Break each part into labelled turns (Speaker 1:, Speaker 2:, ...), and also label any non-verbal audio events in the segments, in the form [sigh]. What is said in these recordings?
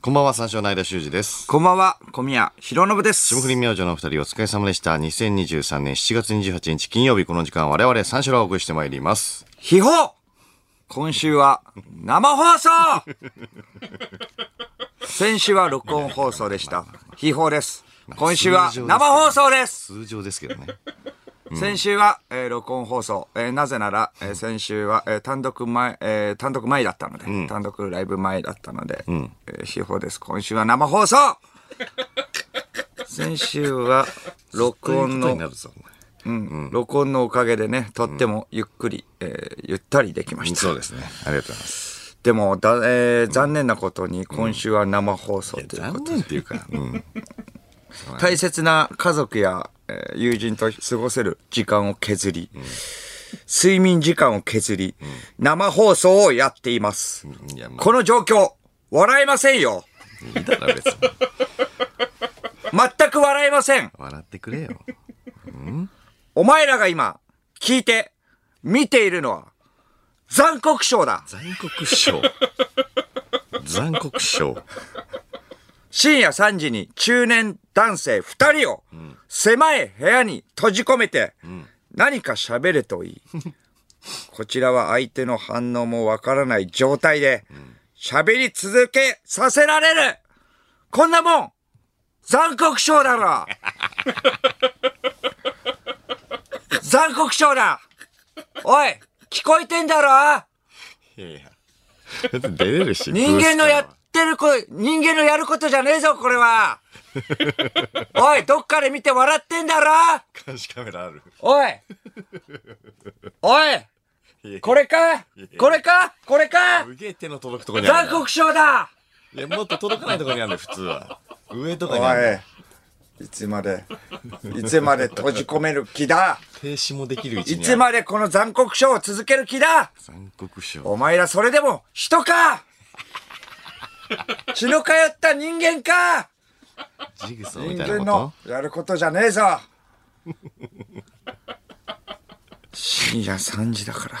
Speaker 1: こんばんは、三章の間修二です。
Speaker 2: こんばんは、小宮弘信です。
Speaker 1: 霜降り明星のお二人お疲れ様でした。2023年7月28日金曜日この時間我々三章をお送りしてまいります。
Speaker 2: 秘宝今週は生放 [laughs] 送先週は録音放送でした。秘宝です。今週は生放送です。
Speaker 1: 通常ですけ [laughs] どね。
Speaker 2: 先週は、えー録音放送。えーなぜなら、えー先週は、えー単独前、えー単独前だったので、単独ライブ前だったので、えー秘宝です。今週は生放 [laughs] 送先週は録音
Speaker 1: ということ
Speaker 2: の
Speaker 1: になるぞ。お前
Speaker 2: 録音のおかげでね、とってもゆっくり、えーゆったりできました。
Speaker 1: そうですね。ありがとうございます。
Speaker 2: でもだ、えー残念なことに、今週は生放送というこ
Speaker 1: 残
Speaker 2: と、
Speaker 1: 念っていうか、うん。
Speaker 2: 大切な家族や、えー友人と過ごせる時間を削り、睡眠時間を削り、生放送をやっています。
Speaker 1: いや、ま
Speaker 2: この状況、笑えませんよ。
Speaker 1: あいいだろ別に。
Speaker 2: 全く笑えません。
Speaker 1: 笑ってくれよ。
Speaker 2: お前らが今、聞いて、見ているのは、残酷賞だ。
Speaker 1: 残酷賞。残酷賞。
Speaker 2: 深夜3時に中年男性2人を狭い部屋に閉じ込めて何か喋れと言い、 [laughs] こちらは相手の反応もわからない状態で喋り続けさせられるこんなもん残酷賞だろ残酷賞だおい聞こえてんだろ
Speaker 1: いやいや。だって出れるし。
Speaker 2: 人間のや
Speaker 1: ブース
Speaker 2: ってるこ、人間のやることじゃねえぞ、これ [laughs] は。おい、どっかで見て笑ってんだろ
Speaker 1: ターは監視カメラある。
Speaker 2: おい。おい。これかこれかこれか
Speaker 1: すげえ手の届くとこにあ
Speaker 2: 残
Speaker 1: るな。
Speaker 2: 酷賞だ
Speaker 1: いや、もっと届かないとこにあるんだよ、普通は。上と
Speaker 2: お
Speaker 1: かにある。
Speaker 2: い。いつまで、いつまで閉じ込める気だ
Speaker 1: 停止もできる位置
Speaker 2: い
Speaker 1: にあ
Speaker 2: つ
Speaker 1: る。
Speaker 2: までこの残酷賞を続ける気だ
Speaker 1: 残酷賞。
Speaker 2: お前らそれでも人 [laughs] か血の通った人間か
Speaker 1: ジグソーみ
Speaker 2: 人
Speaker 1: たいな
Speaker 2: 間
Speaker 1: こ
Speaker 2: の
Speaker 1: と
Speaker 2: やることじゃねえぞ深夜3時だから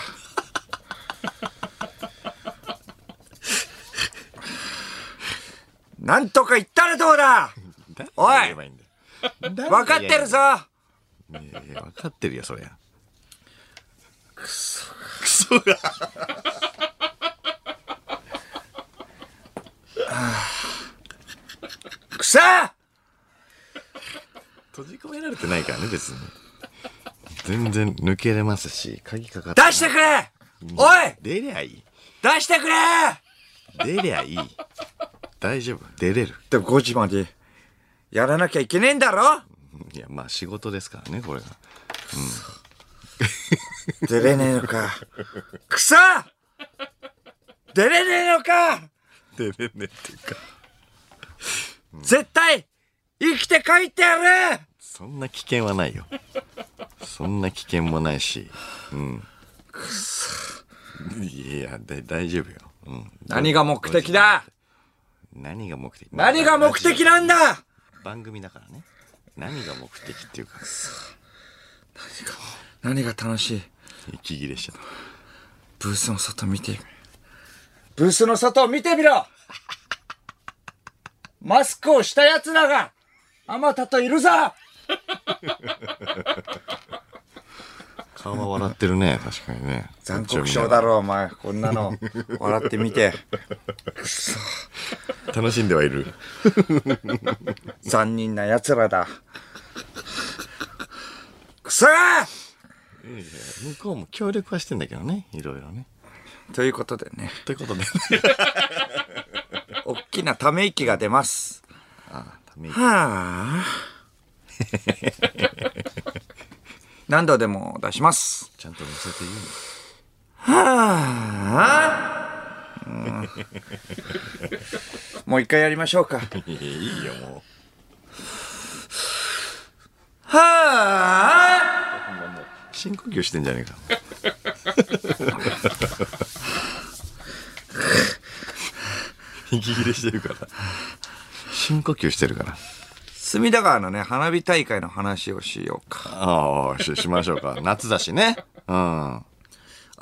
Speaker 2: なんとか言ったらどうだおい分
Speaker 1: 分
Speaker 2: かってるぞ
Speaker 1: 分かってるよそりゃクソが
Speaker 2: くそ
Speaker 1: 閉じ込められてないからね別に全然抜けれますし鍵かかって
Speaker 2: 出してくれおい
Speaker 1: 出りゃいい
Speaker 2: 出してくれ
Speaker 1: 出りゃいい大丈夫出れる
Speaker 2: でも5時までやらなきゃいけねえんだろ
Speaker 1: いやまあ仕事ですからねこれが
Speaker 2: 出れねえのかくそ出れねえのか
Speaker 1: 出れねえっていうか
Speaker 2: 絶対生きて帰ってやる
Speaker 1: そんな危険はないよそんな危険もないしうんいやだ大丈夫よ、うん、
Speaker 2: 何が目的だ
Speaker 1: 何が目的
Speaker 2: 何が目的なんだ
Speaker 1: 番組だからね何が目的っていうか
Speaker 2: 何が楽しい
Speaker 1: 息切れしちゃっ
Speaker 2: ブースの外見てみブースの外を見てみろマスクをした奴らがあまたといるぞ
Speaker 1: た顔は笑ってるね確かにね
Speaker 2: 残酷症だろお前こんなの笑ってみて
Speaker 1: 楽しんではいる
Speaker 2: 残忍な奴らだくそ
Speaker 1: 向こうも協力はしてんだけどねいろいろね
Speaker 2: ということでね
Speaker 1: ということで
Speaker 2: おっきなため息が出ます
Speaker 1: ため息 [laughs]
Speaker 2: はあ。何度でも出します。
Speaker 1: ちゃんと乗せていいの
Speaker 2: は
Speaker 1: [laughs]
Speaker 2: あ。うんもう一回やりましょうか。はい
Speaker 1: やいいよも
Speaker 2: あ。
Speaker 1: う深呼吸してんじゃ [laughs] ねえか息切れしてるから深呼吸してるから
Speaker 2: 隅田川のね、花火大会の話をしようか。
Speaker 1: ああししましょう [laughs] か夏だしねうん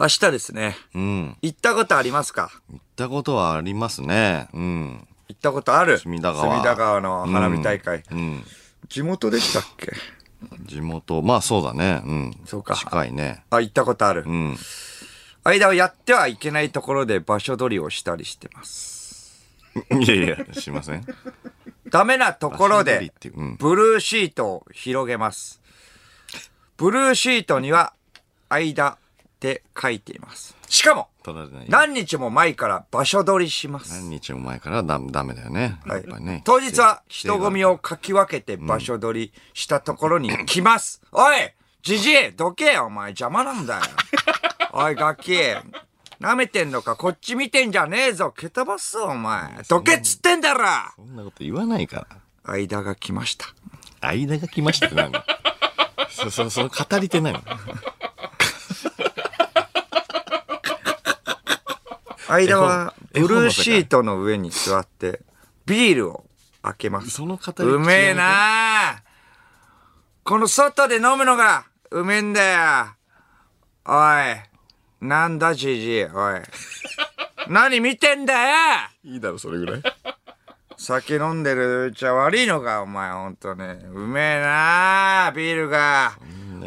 Speaker 2: 明日ですね。
Speaker 1: うん
Speaker 2: 行ったことありますか
Speaker 1: 行ったことはありますね。うん。
Speaker 2: 行ったことある
Speaker 1: 隅田川
Speaker 2: 隅田川の花火大会。
Speaker 1: うん。
Speaker 2: 地元でしたっけ
Speaker 1: 地元、まあそうだね。うん。
Speaker 2: そうか
Speaker 1: 近いね。
Speaker 2: あ、行ったことある。
Speaker 1: うん。
Speaker 2: 間をやってはいけないところで場所取りをしたりしてます。
Speaker 1: [laughs] いや [laughs] いや、しません。
Speaker 2: ダメなとこ
Speaker 1: 場所
Speaker 2: ろ
Speaker 1: 取り
Speaker 2: で
Speaker 1: っていううん、
Speaker 2: ブルーシートを広げます。ブルーシートには、間で書いています。しかも、
Speaker 1: 取られない。
Speaker 2: 何日も前から場所取りします。
Speaker 1: 何日も前からダダメだよね。
Speaker 2: は
Speaker 1: やっ
Speaker 2: い
Speaker 1: ぱりね。
Speaker 2: 当日は人混みをかき分けて場所取りしたところに
Speaker 1: [laughs]
Speaker 2: 来ます。おいじじいどけよお前邪魔なんだよ。 [laughs] おいガキ舐めてんのかこっち見てんじゃねえぞ蹴飛ばすぞお前どけっつってんだろ
Speaker 1: そんなこと言わないから。
Speaker 2: 間が来ました。
Speaker 1: 間が来ましたって何そ、そ、その語り手なの
Speaker 2: 間は
Speaker 1: 絵
Speaker 2: ブ
Speaker 1: 本
Speaker 2: ルーシートの上に座ってビールを開けます。
Speaker 1: その語り口
Speaker 2: うめえなあこの外で飲むのがうめえんだよおいなんだじじいお [laughs] い何見てんだよ
Speaker 1: いいだろ、それぐらい。
Speaker 2: 酒飲んでるうちは悪いのかお前ほんとねうめえなあビールが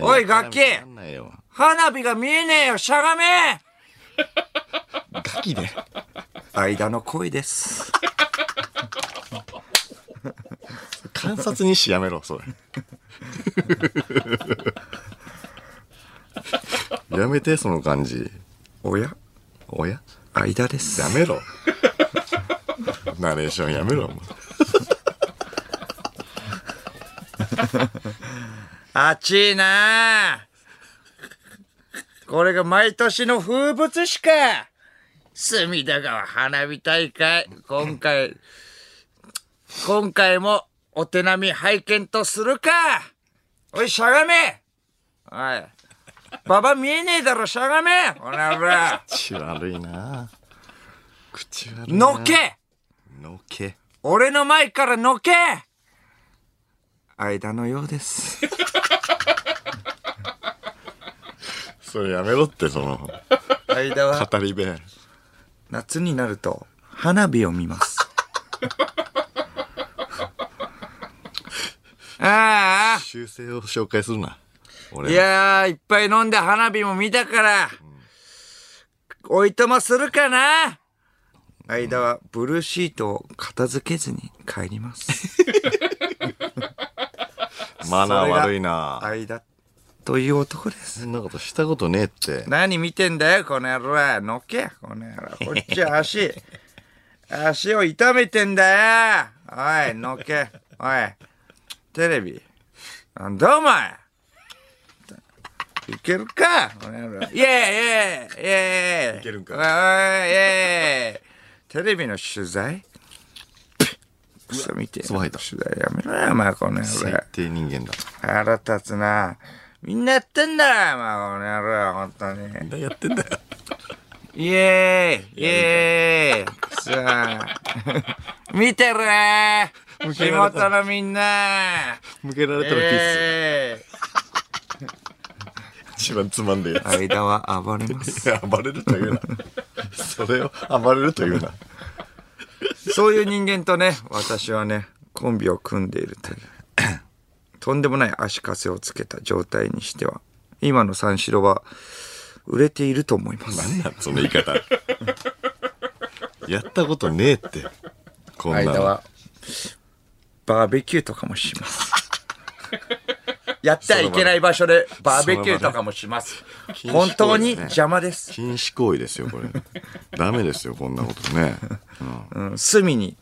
Speaker 2: おいガキ
Speaker 1: わかんないよ
Speaker 2: 花火が見えねえよしゃがめ
Speaker 1: ガキで。
Speaker 2: 間の恋です
Speaker 1: 観察日誌やめろ、それ。やめて、その感じ。
Speaker 2: おや
Speaker 1: おや
Speaker 2: 間です
Speaker 1: やめろ。ナレーションやめろ、お前
Speaker 2: 暑いなあこれが毎年の風物詩か隅田川花火大会今回今回もお手並み拝見とするかおいしゃがめおいババ見えねえだろしゃがめおなら
Speaker 1: 口悪いな口悪いな
Speaker 2: のけ
Speaker 1: のけ。
Speaker 2: 俺の前からのけ間のようです
Speaker 1: それやめろって、その、
Speaker 2: 間は
Speaker 1: 語り部。
Speaker 2: 夏になると花火を見ます。 [laughs] あ
Speaker 1: 修正を紹介するな。
Speaker 2: あ、
Speaker 1: 俺
Speaker 2: い
Speaker 1: は
Speaker 2: やー、いっぱい飲んで花火も見たから、おいとまするかな間はブルーシートを片付けずに帰り [laughs] ます。
Speaker 1: マナー悪いな
Speaker 2: 間という男です。
Speaker 1: そんなことしたことねえって。
Speaker 2: 何見てんだよ、この野郎。のっけ、この野郎。こっちは足。足を痛めてんだよ。おい、のっけ。おい、テレビ。なんだお前。いけるかこの野郎。イェーイイェーイイェーイい
Speaker 1: けるんか
Speaker 2: おいおい、イェーイテレビの取材クソみてえな
Speaker 1: そば入った
Speaker 2: 取材やめろよ、お前、この野
Speaker 1: 最
Speaker 2: 郎。
Speaker 1: 低人間だ。
Speaker 2: 腹立つな。みんなやってんだよ、お前、この野郎、本当に。
Speaker 1: みんなやってんだよ。
Speaker 2: イエーイイエーイさあ、 [laughs] 見てるね
Speaker 1: 向け
Speaker 2: 地
Speaker 1: られた
Speaker 2: 元のみんな
Speaker 1: 向けら
Speaker 2: イ
Speaker 1: れたらピー
Speaker 2: エ
Speaker 1: ス。一番つまんでえや
Speaker 2: ーイ間は暴れます。
Speaker 1: つ。いや、暴れるというな。それを暴れるというな。
Speaker 2: そういう人間とね、私はね、コンビを組んでいるという。 [coughs] とんでもない足かせをつけた状態にしては、今の三四郎は売れていると思います。
Speaker 1: なんだ、その言い方。やったことねえって。こんな
Speaker 2: 間
Speaker 1: の。
Speaker 2: は、バーベキューとかもします。 [laughs] やってはいけない場所でバーベキューとかもします。
Speaker 1: の場で
Speaker 2: 本当に邪魔です。
Speaker 1: 禁止行為ですよ、これ。ダメですよ、こんなことね。
Speaker 2: うん、隅に、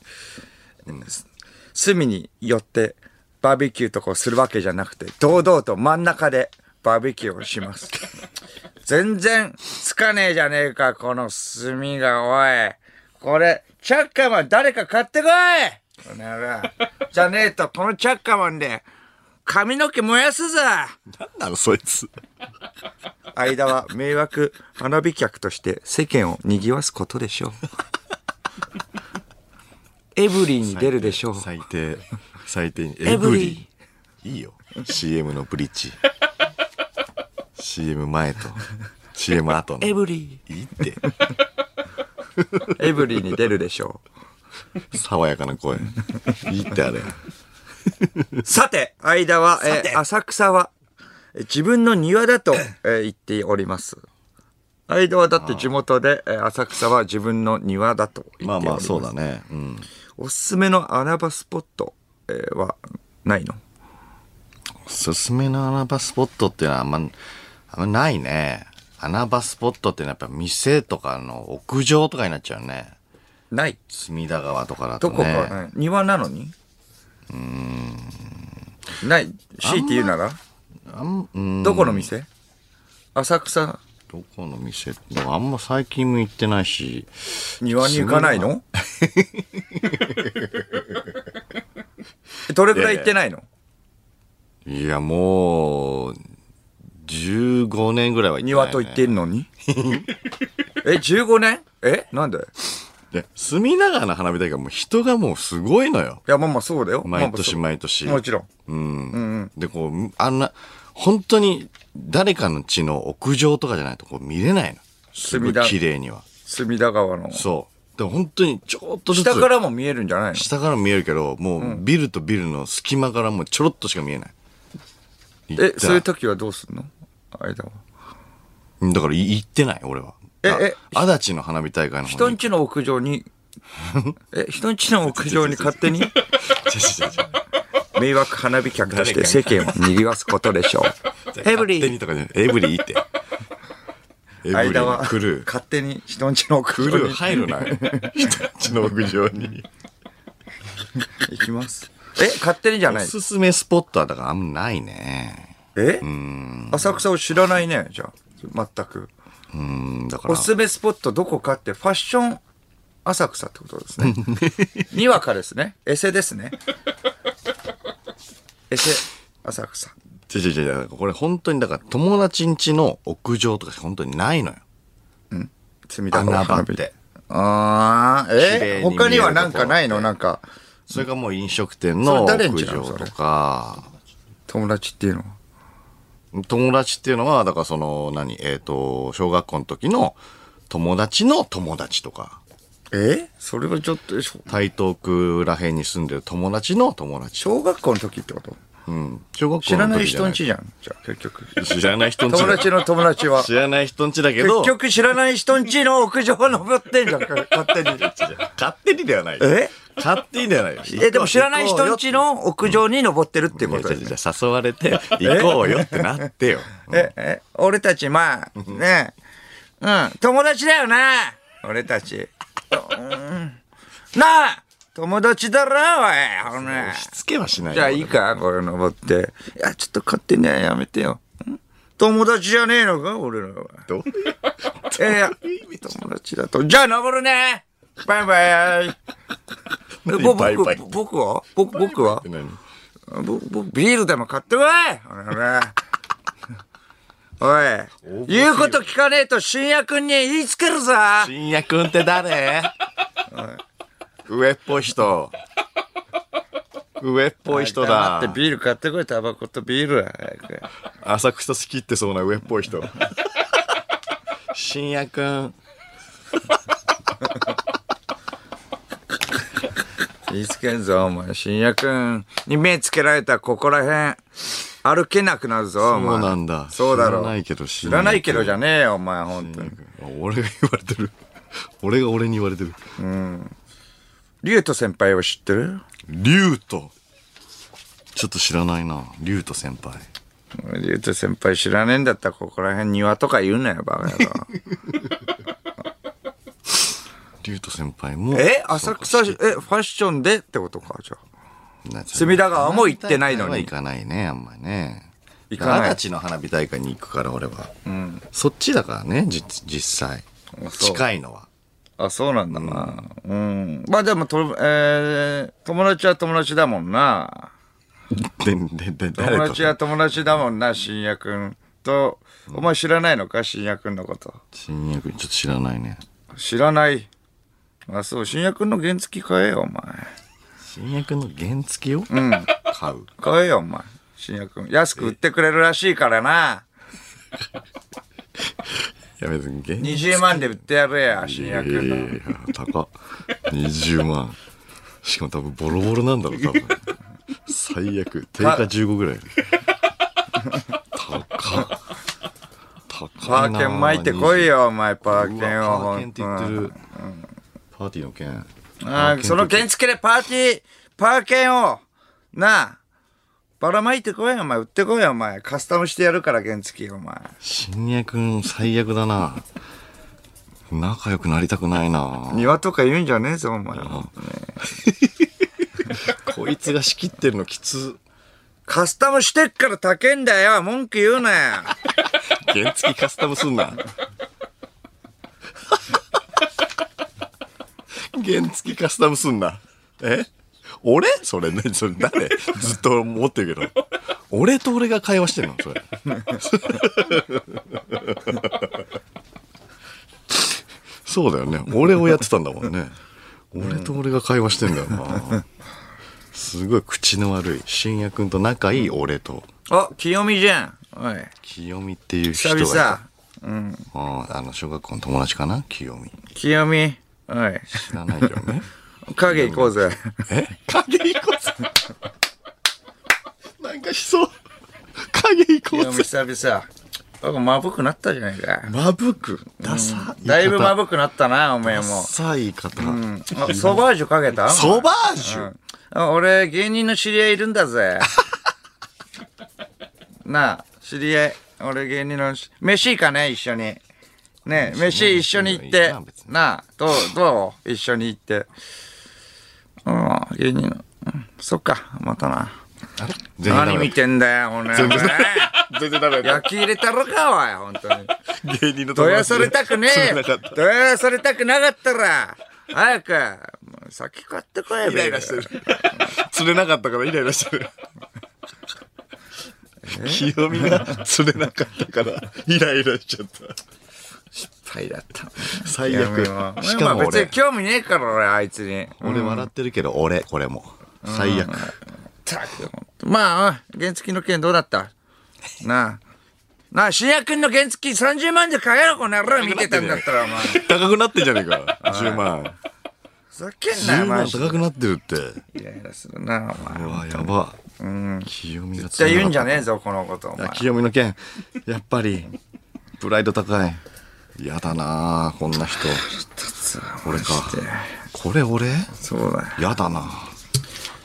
Speaker 2: 隅に寄ってバーベキューとかをするわけじゃなくて、堂々と真ん中でバーベキューをします。全然つかねえじゃねえか、この炭が、おい。これ、チャッカーマン誰か買ってこいこの野郎じゃねえと、このチャッカーマンで髪の毛燃やすぞ
Speaker 1: なんなの、そいつ。
Speaker 2: 間は迷惑花火客として世間を賑わすことでしょう。エブリーに出るでしょう。
Speaker 1: 最低。
Speaker 2: [laughs]
Speaker 1: 最低に。
Speaker 2: エブリー
Speaker 1: ー。いいよ。CM のブリッジ。CM 前と、CM 後の。
Speaker 2: エブリ
Speaker 1: いいって。
Speaker 2: ー。エブリーに出るでしょう。
Speaker 1: 爽やかな声。いいってあれ。
Speaker 2: さて、間は、えー浅草は、えー自分の庭だと、えー言っております。間はだって地元で、えー浅草は自分の庭だと言っており
Speaker 1: まあ
Speaker 2: ます。
Speaker 1: まあ、そうだね。うん。
Speaker 2: おすすめの穴場スポット、えーはないの
Speaker 1: おすすめの穴場スポットっていうのはあんま、あんまないね。穴場スポットっていうのはやっぱ店とかの屋上とかになっちゃうね。
Speaker 2: ない。
Speaker 1: 隅田川とかだと
Speaker 2: ど
Speaker 1: ね。
Speaker 2: こか、うん庭なのにない。強いて言うなら、
Speaker 1: あんうん
Speaker 2: どこの店浅草、
Speaker 1: どこの店でもあんま最近も行ってないし。
Speaker 2: 庭に行かないの [laughs] どれくらい行ってないの
Speaker 1: いや、もう、15年ぐらいは行ってない、
Speaker 2: 庭
Speaker 1: ね。
Speaker 2: と言ってるのにえ、15年えなんでい
Speaker 1: で、隅田川の花火大会もう人がもうすごいのよ。
Speaker 2: や、まあまあそうだよ。
Speaker 1: 毎年
Speaker 2: まあまあ
Speaker 1: 毎年。
Speaker 2: そうもちろん。
Speaker 1: うん。で、こう、あんな、本当に誰かの地の屋上とかじゃないとこう見れないの。すご
Speaker 2: 隅
Speaker 1: い
Speaker 2: 田
Speaker 1: 綺麗には。
Speaker 2: 隅田川の。
Speaker 1: そう。でも本当にちょっとずつ。
Speaker 2: 下からも見えるんじゃないの
Speaker 1: 下から見えるけど、もううビルとビルの隙間からもうちょろっとしか見えない。行っ
Speaker 2: え、
Speaker 1: た
Speaker 2: そういう時はどうすんの間は。
Speaker 1: うんだからい行ってない、俺は。
Speaker 2: え
Speaker 1: あ
Speaker 2: え
Speaker 1: 足立の花火大会の方
Speaker 2: 人
Speaker 1: に
Speaker 2: ん。ちの屋上 [laughs] に、え、人んちの屋上に勝手に
Speaker 1: 違う違う違う
Speaker 2: [laughs] 迷惑花火客として世間を賑わすことでしょう。エブ
Speaker 1: 勝
Speaker 2: リ
Speaker 1: 手
Speaker 2: ー
Speaker 1: にとかじゃないエブリー [laughs] って。エブリー
Speaker 2: [laughs] 間は
Speaker 1: のクルー。
Speaker 2: 勝手に人んちの屋
Speaker 1: ク
Speaker 2: 上
Speaker 1: ルー
Speaker 2: に
Speaker 1: 入るな。 [laughs] 人んちの屋上に。
Speaker 2: 行きます。え、勝手にじゃ
Speaker 1: お
Speaker 2: ない
Speaker 1: すすめスポットはだからあんまないね。
Speaker 2: え浅草を知らないね、じゃあ。全く。
Speaker 1: うん、だから
Speaker 2: おす。すめスポットどこかってファッション浅草ってことです [laughs] ね。にわかですね。エセですね。エセ浅草。
Speaker 1: 違う違う違うだからこれ本当にだから友達ん家の屋上とかしか本当にないのよ。
Speaker 2: 隅田川
Speaker 1: 穴場
Speaker 2: 花
Speaker 1: っ
Speaker 2: 火
Speaker 1: て。
Speaker 2: ああ、
Speaker 1: 綺麗
Speaker 2: え
Speaker 1: に見える
Speaker 2: 他にはなんかない
Speaker 1: ところっ
Speaker 2: の
Speaker 1: て
Speaker 2: なんか、
Speaker 1: それがもう飲食店
Speaker 2: そ
Speaker 1: の
Speaker 2: れ
Speaker 1: 屋
Speaker 2: 誰ん家なの
Speaker 1: 上とか。
Speaker 2: 友達っていうのは。
Speaker 1: 友達っていうのは、だからその、何、えっ、と、小学校の時の友達の友達とか、
Speaker 2: えそれはちょっと、しょ
Speaker 1: 台東区らへんに住んでる友達の友達。
Speaker 2: 小学校の時ってこと
Speaker 1: うん。小学校
Speaker 2: 知ら
Speaker 1: の
Speaker 2: ない
Speaker 1: 時じゃな
Speaker 2: 人
Speaker 1: んい。
Speaker 2: ちじゃん。じゃあ結局。
Speaker 1: 知らない人んち。
Speaker 2: 友達の友達は。
Speaker 1: 知らない人んちだけど、
Speaker 2: 結局知らない人んちの屋上登っ
Speaker 1: [laughs]
Speaker 2: てんじゃん、勝手に。
Speaker 1: 勝手にではないよ。
Speaker 2: え
Speaker 1: 勝手にではないよ。
Speaker 2: え、でも知らない人んち
Speaker 1: の
Speaker 2: の屋上に登ってるっていうことですね。
Speaker 1: 誘われて、行こうよってなってよ。
Speaker 2: え、え、俺たち、まあ、ねうん、友達だよな、俺たち。うん、なあ友達だろ、おい、ほら。
Speaker 1: しつけはしないよ
Speaker 2: じゃあいいか、これ登って。いや、ちょっと勝手にはやめてよ。ん友達じゃねえのか、俺ら
Speaker 1: [laughs]
Speaker 2: は。
Speaker 1: どう
Speaker 2: いやいや、友達だと。じゃあ登るねバイバ
Speaker 1: [laughs]
Speaker 2: イ。えぼ
Speaker 1: バイバイ
Speaker 2: 僕僕は僕僕は
Speaker 1: 何
Speaker 2: 僕僕ビールでも買ってこいほらおい、言うこと聞かねえと深夜くんに言いつけるぞ
Speaker 1: 深夜くんって誰上っぽい人。上っぽい人だ
Speaker 2: 黙っ。てビール買ってこい、タバコとビール。早く
Speaker 1: 浅草好きってそうな上っぽい人。深夜くん。
Speaker 2: 言いつけんぞ、お前。深夜くんに目つけられたらここら辺、歩けなくなるぞ、お前。
Speaker 1: そうなんだ
Speaker 2: そうだろ。
Speaker 1: 知らないけど深
Speaker 2: 知
Speaker 1: 夜くん
Speaker 2: らないけどじゃねえよ、お前、本当に。
Speaker 1: [laughs] 俺が言われてる。 [laughs] 俺が俺に言われてる。
Speaker 2: 竜斗先輩は知ってる
Speaker 1: 竜と。ちょっと知らないな。竜と先輩。
Speaker 2: 竜斗先輩知らねえんだったらここら辺庭とか言うなよ、
Speaker 1: [laughs]
Speaker 2: バカ野郎。
Speaker 1: 竜と先輩も。
Speaker 2: え浅草、え、ファッションでってことか、じゃあ。
Speaker 1: 隅
Speaker 2: 隅田川も行ってないのに
Speaker 1: 行かないね、あんまりね。
Speaker 2: 行かない
Speaker 1: 足立の花火大会に行くから、俺は。そっちだからね、じ実際。
Speaker 2: そう
Speaker 1: 近いのは。
Speaker 2: あ、そうなんだな。うん。まあでも、と、えー、友達は友達だもんな。
Speaker 1: で、で、で、誰
Speaker 2: 友
Speaker 1: と
Speaker 2: 達は友達だもんな、深夜くんと。お前知らないのか深夜くんのこと。
Speaker 1: 新薬ちょっと知らないね。
Speaker 2: 知らない。あ、そう、深夜くんの原付買えよ、お前。
Speaker 1: 新薬の原付を買う。
Speaker 2: 買えよ、お前。深夜くん。安く売ってくれるらしいからな。
Speaker 1: いや、別に原付。
Speaker 2: 20万で売ってやるや、深夜くんの。
Speaker 1: いやいやいや高っ。20万。しかも多分ボロボロなんだろう、多分。最悪。定価15ぐらい。高っ。
Speaker 2: パ
Speaker 1: 高い
Speaker 2: ー
Speaker 1: な
Speaker 2: ケン巻いてこい。よ、お前、パーケン
Speaker 1: う
Speaker 2: を。
Speaker 1: わパーケンって言ってる。パーティーの件。
Speaker 2: ああ、その原付でパーティー、パーケンを、なあ、ばらまいてこいよ、お前、売ってこいよ、お前。カスタムしてやるから、原付、お前。
Speaker 1: 新也くん最悪だな。仲良くなりたくないな。
Speaker 2: 庭とか言うんじゃねえぞ、お前。本当に
Speaker 1: [laughs] こいつが仕切ってるのきつ。
Speaker 2: カスタムしてっから高えんだよ、文句言うなよ。 [laughs]
Speaker 1: 原付カスタムすんな。原付カスタムすんな。え俺それね、それ誰ずっと思ってるけど。俺と俺が会話してんのそれ。そうだよね。俺をやってたんだもんね。俺と俺が会話してんだよな。すごい口の悪い。深夜くんと仲いい俺と。
Speaker 2: お、清美じゃん。おい、
Speaker 1: 清美っていう人
Speaker 2: 久
Speaker 1: がいた。
Speaker 2: 々。
Speaker 1: うんあの、小学校の友達かな清美。
Speaker 2: 清美、おい、
Speaker 1: 知らないけどね。
Speaker 2: 影行こう [laughs] ぜ。
Speaker 1: [laughs] え影彦さん。なんかしそう。影彦
Speaker 2: 清
Speaker 1: さん
Speaker 2: 美。久々。なんかまぶくなったじゃないか。
Speaker 1: まぶく。ダサい。
Speaker 2: だいぶま
Speaker 1: ぶ
Speaker 2: ぶくなったな、おめえ
Speaker 1: く。
Speaker 2: も
Speaker 1: ダ。サい方。
Speaker 2: あソバージュかけた
Speaker 1: ソバージュ
Speaker 2: あ俺芸人の知り合いいるんだぜなあ知り合い俺芸人のし飯行かね一緒にね飯一緒に行っ
Speaker 1: いい
Speaker 2: て
Speaker 1: な別に
Speaker 2: なあどうどう一緒に行ってうん芸人のうんそっかまたな
Speaker 1: あれ全然ダメ
Speaker 2: 何
Speaker 1: だ
Speaker 2: 見てんだよお前
Speaker 1: 全然ダメだ。全然ダメだ。
Speaker 2: 焼き入れたろかおい本当に
Speaker 1: 芸人の
Speaker 2: ど
Speaker 1: 友
Speaker 2: や
Speaker 1: 達
Speaker 2: されたくね
Speaker 1: そ
Speaker 2: え
Speaker 1: れなかった
Speaker 2: どやされたくなかったら早くもう先買ってこいよ
Speaker 1: イライラしてる。 [laughs] 釣れなかったからイライラしてる。清美が釣れなかったからイライラしちゃった。
Speaker 2: タイだった。
Speaker 1: 最
Speaker 2: いや
Speaker 1: 悪
Speaker 2: もう
Speaker 1: しかも
Speaker 2: まあ別
Speaker 1: 俺
Speaker 2: に興味ねえから俺あいつに。
Speaker 1: 俺笑ってるけど俺これも最悪
Speaker 2: ったくほんとまあおい原付の件どうだったなあ。なあ、新也君の原付30万で買えろ、この野郎見てたんだったら、お前。ふ
Speaker 1: 高くなってんじゃねえか10万
Speaker 2: ざけんなよ、
Speaker 1: 10
Speaker 2: マ
Speaker 1: 万
Speaker 2: ジ
Speaker 1: 高
Speaker 2: で。
Speaker 1: くなってるって
Speaker 2: イライラするな、お前。っ
Speaker 1: うわやば清美が
Speaker 2: て言うんじゃ
Speaker 1: え
Speaker 2: ねえぞ、このこと、お前。
Speaker 1: 清美の件やっぱりプライド高いやだなあこんな人俺かこれ俺
Speaker 2: そうだよ。
Speaker 1: やだな